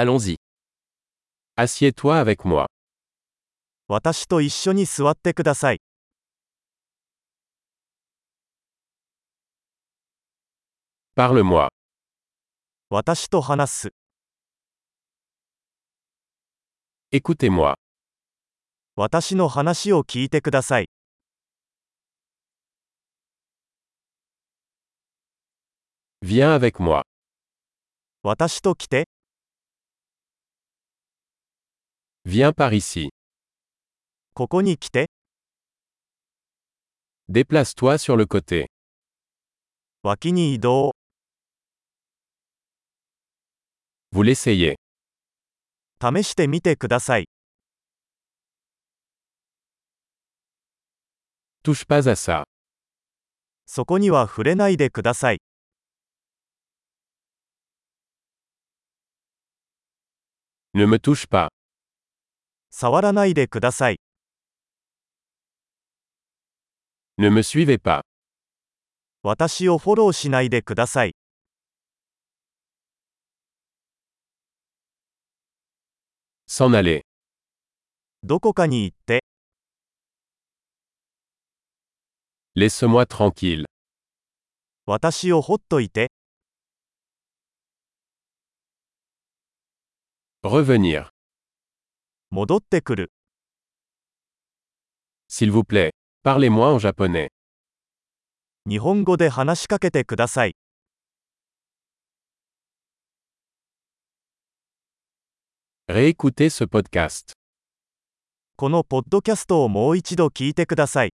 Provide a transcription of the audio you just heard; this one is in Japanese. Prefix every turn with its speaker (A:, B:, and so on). A: Allons-y. Assieds-toi avec moi.
B: 私と一緒に座ってください。
A: Parle-moi.
B: 私と話す。
A: Écoutez-moi.
B: 私の話を聞いてください。
A: Viens avec moi.
B: 私と来て、
A: Viens par ici.
B: ここに来て、
A: Déplace-toi sur le côté.
B: 脇に移動。
A: Vous l'essayez.
B: 試してみてください。
A: Touche pas à ça.
B: そこには触れないでください。
A: Ne me touche pas.
B: 触らないでください。
A: Ne me suivez pas.
B: 私をフォローしないでください。
A: S'en aller.
B: どこかに行って、
A: Laisse-moi tranquille.
B: 私をほっといて、
A: Revenir.
B: 戻ってくる。
A: S'il vous plaît. Parlez-moi en japonais.
B: 日本語で話しかけてください。
A: Réécoutez ce podcast.
B: このポッドキャストをもう一度聞いてください。